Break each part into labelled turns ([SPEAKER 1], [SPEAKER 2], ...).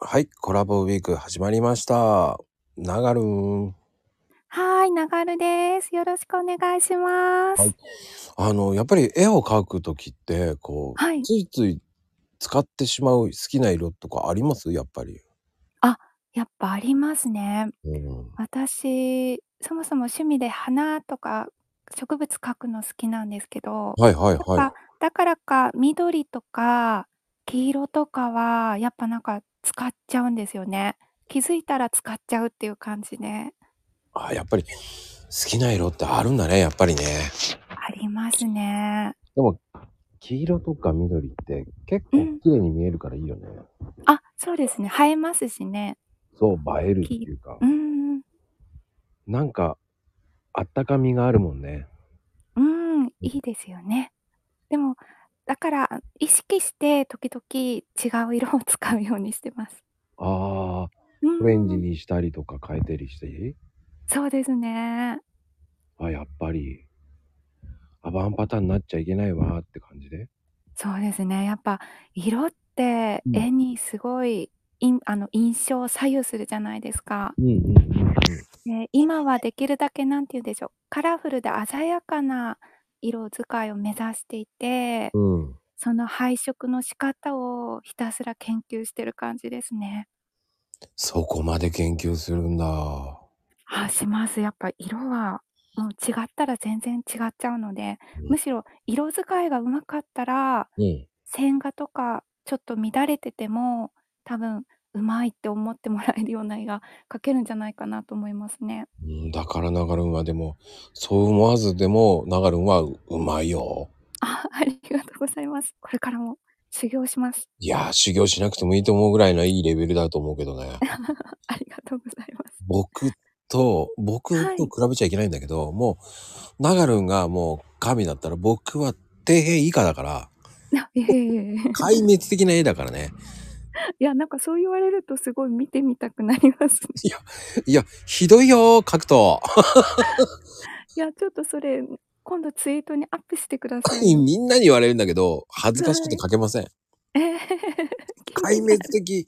[SPEAKER 1] はい、コラボウィーク始まりました。ながるーん。
[SPEAKER 2] はい、ながるです。よろしくお願いし
[SPEAKER 1] は
[SPEAKER 2] ま
[SPEAKER 1] い。
[SPEAKER 2] す。
[SPEAKER 1] あの、やっぱり絵を描く時って、こ
[SPEAKER 2] は
[SPEAKER 1] う、
[SPEAKER 2] い。
[SPEAKER 1] ついつい使ってしまう好きな色とかありますやっぱり。
[SPEAKER 2] あ、やっぱありますね。
[SPEAKER 1] うん。
[SPEAKER 2] 私、そもそも趣味で花とか植物描くの好きなんですけど、
[SPEAKER 1] はいはい
[SPEAKER 2] や
[SPEAKER 1] はい。
[SPEAKER 2] っぱだからか緑とか黄色とかはやっぱなんか使っちゃうんですよね。気づいたら使っちゃうっていう感じで。
[SPEAKER 1] あ、やっぱり好きな色ってあるんだね、やっぱりね。
[SPEAKER 2] ありますね。
[SPEAKER 1] でも、黄色とか緑って結
[SPEAKER 2] う
[SPEAKER 1] 構
[SPEAKER 2] ん。
[SPEAKER 1] 綺麗に見えるからいいよね。
[SPEAKER 2] あ、そうですね。映えますしね。
[SPEAKER 1] そう、映えるっ
[SPEAKER 2] き
[SPEAKER 1] ていうか、
[SPEAKER 2] うん。
[SPEAKER 1] なんか、あったかみがあるもんね。
[SPEAKER 2] うん、
[SPEAKER 1] うん
[SPEAKER 2] いいですよね。でも、だから意識して時々違う色を使うようにしてます。
[SPEAKER 1] ああ、
[SPEAKER 2] う
[SPEAKER 1] オレンジ
[SPEAKER 2] ん、
[SPEAKER 1] にしたりとか変えたりして、
[SPEAKER 2] そうですね。
[SPEAKER 1] あ、やっぱり、アバンパターンになっちゃいけないわーって感じで。
[SPEAKER 2] そうですね。やっぱ色って
[SPEAKER 1] うん。
[SPEAKER 2] 絵にすごいいあの印象を左右するじゃないですか。
[SPEAKER 1] うんうんうんうん。
[SPEAKER 2] で今はできるだけなんて言うんでしょう。カラフルで鮮やかな色使いを目指していて、
[SPEAKER 1] うん。
[SPEAKER 2] その配色の仕方をひたすら研究してる感じですね。
[SPEAKER 1] そこまで研究するんだ。
[SPEAKER 2] あ、します。やっぱ色はもう違ったら全然違っちゃうので、
[SPEAKER 1] うん。
[SPEAKER 2] むしろ色使いがうまかったら、
[SPEAKER 1] うん。
[SPEAKER 2] 線画とかちょっと乱れてても、多分うまいって思ってもらえるような絵が描けるんじゃないかなと思いますね。
[SPEAKER 1] うんだからながるんはでも、そう思わずでも、ながるんはううまいよ。
[SPEAKER 2] あ、ありがとうございます。これからも修行します。
[SPEAKER 1] いやー、修行しなくてもいいと思うぐらいのいいレベルだと思うけ どね。
[SPEAKER 2] ありがとうございます。
[SPEAKER 1] 僕と、僕
[SPEAKER 2] は
[SPEAKER 1] と
[SPEAKER 2] い。
[SPEAKER 1] 比べちゃいけないんだけど、もう、ながるんがもう神だったら、僕は底辺以下だから、
[SPEAKER 2] ないえいえい
[SPEAKER 1] 壊
[SPEAKER 2] え。
[SPEAKER 1] 滅的な絵だからね。
[SPEAKER 2] いや、なんかそう言われるとすごい見てみたくなります ね。
[SPEAKER 1] いや、いや、ひどいよー、描くと。
[SPEAKER 2] いや、ちょっとそれ、今度ツイートにアップしてくださいよ。
[SPEAKER 1] みんなに言われるんだけど、恥ずかしく
[SPEAKER 2] は
[SPEAKER 1] て
[SPEAKER 2] い。
[SPEAKER 1] 書けません。
[SPEAKER 2] ええ気
[SPEAKER 1] 壊
[SPEAKER 2] にな
[SPEAKER 1] 滅
[SPEAKER 2] る。
[SPEAKER 1] 的。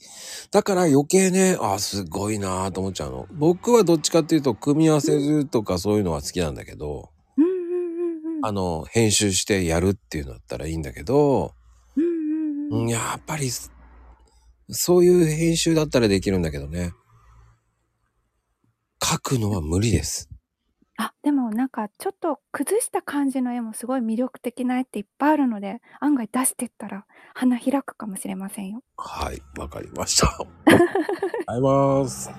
[SPEAKER 1] だから余計ね、あ、すごいなぁと思っちゃうの。僕はどっちかっていうと、組み合わ
[SPEAKER 2] う
[SPEAKER 1] せ
[SPEAKER 2] ん、
[SPEAKER 1] るとかそういうのは好きなんだけど、
[SPEAKER 2] うん、うんうんうん
[SPEAKER 1] あの、編集してやるっていうのだったらいいんだけど、
[SPEAKER 2] うんう
[SPEAKER 1] うん
[SPEAKER 2] うんん
[SPEAKER 1] やっぱり、そういう編集だったらできるんだけどね、書くのは無理です。
[SPEAKER 2] あでもなんかちょっと崩した感じの絵もすごい魅力的な絵っていっぱいあるので案外出してったら花開くかもしれませんよ
[SPEAKER 1] はい、わかりました。ありがとうございます。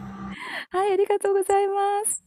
[SPEAKER 2] はいありがとうございます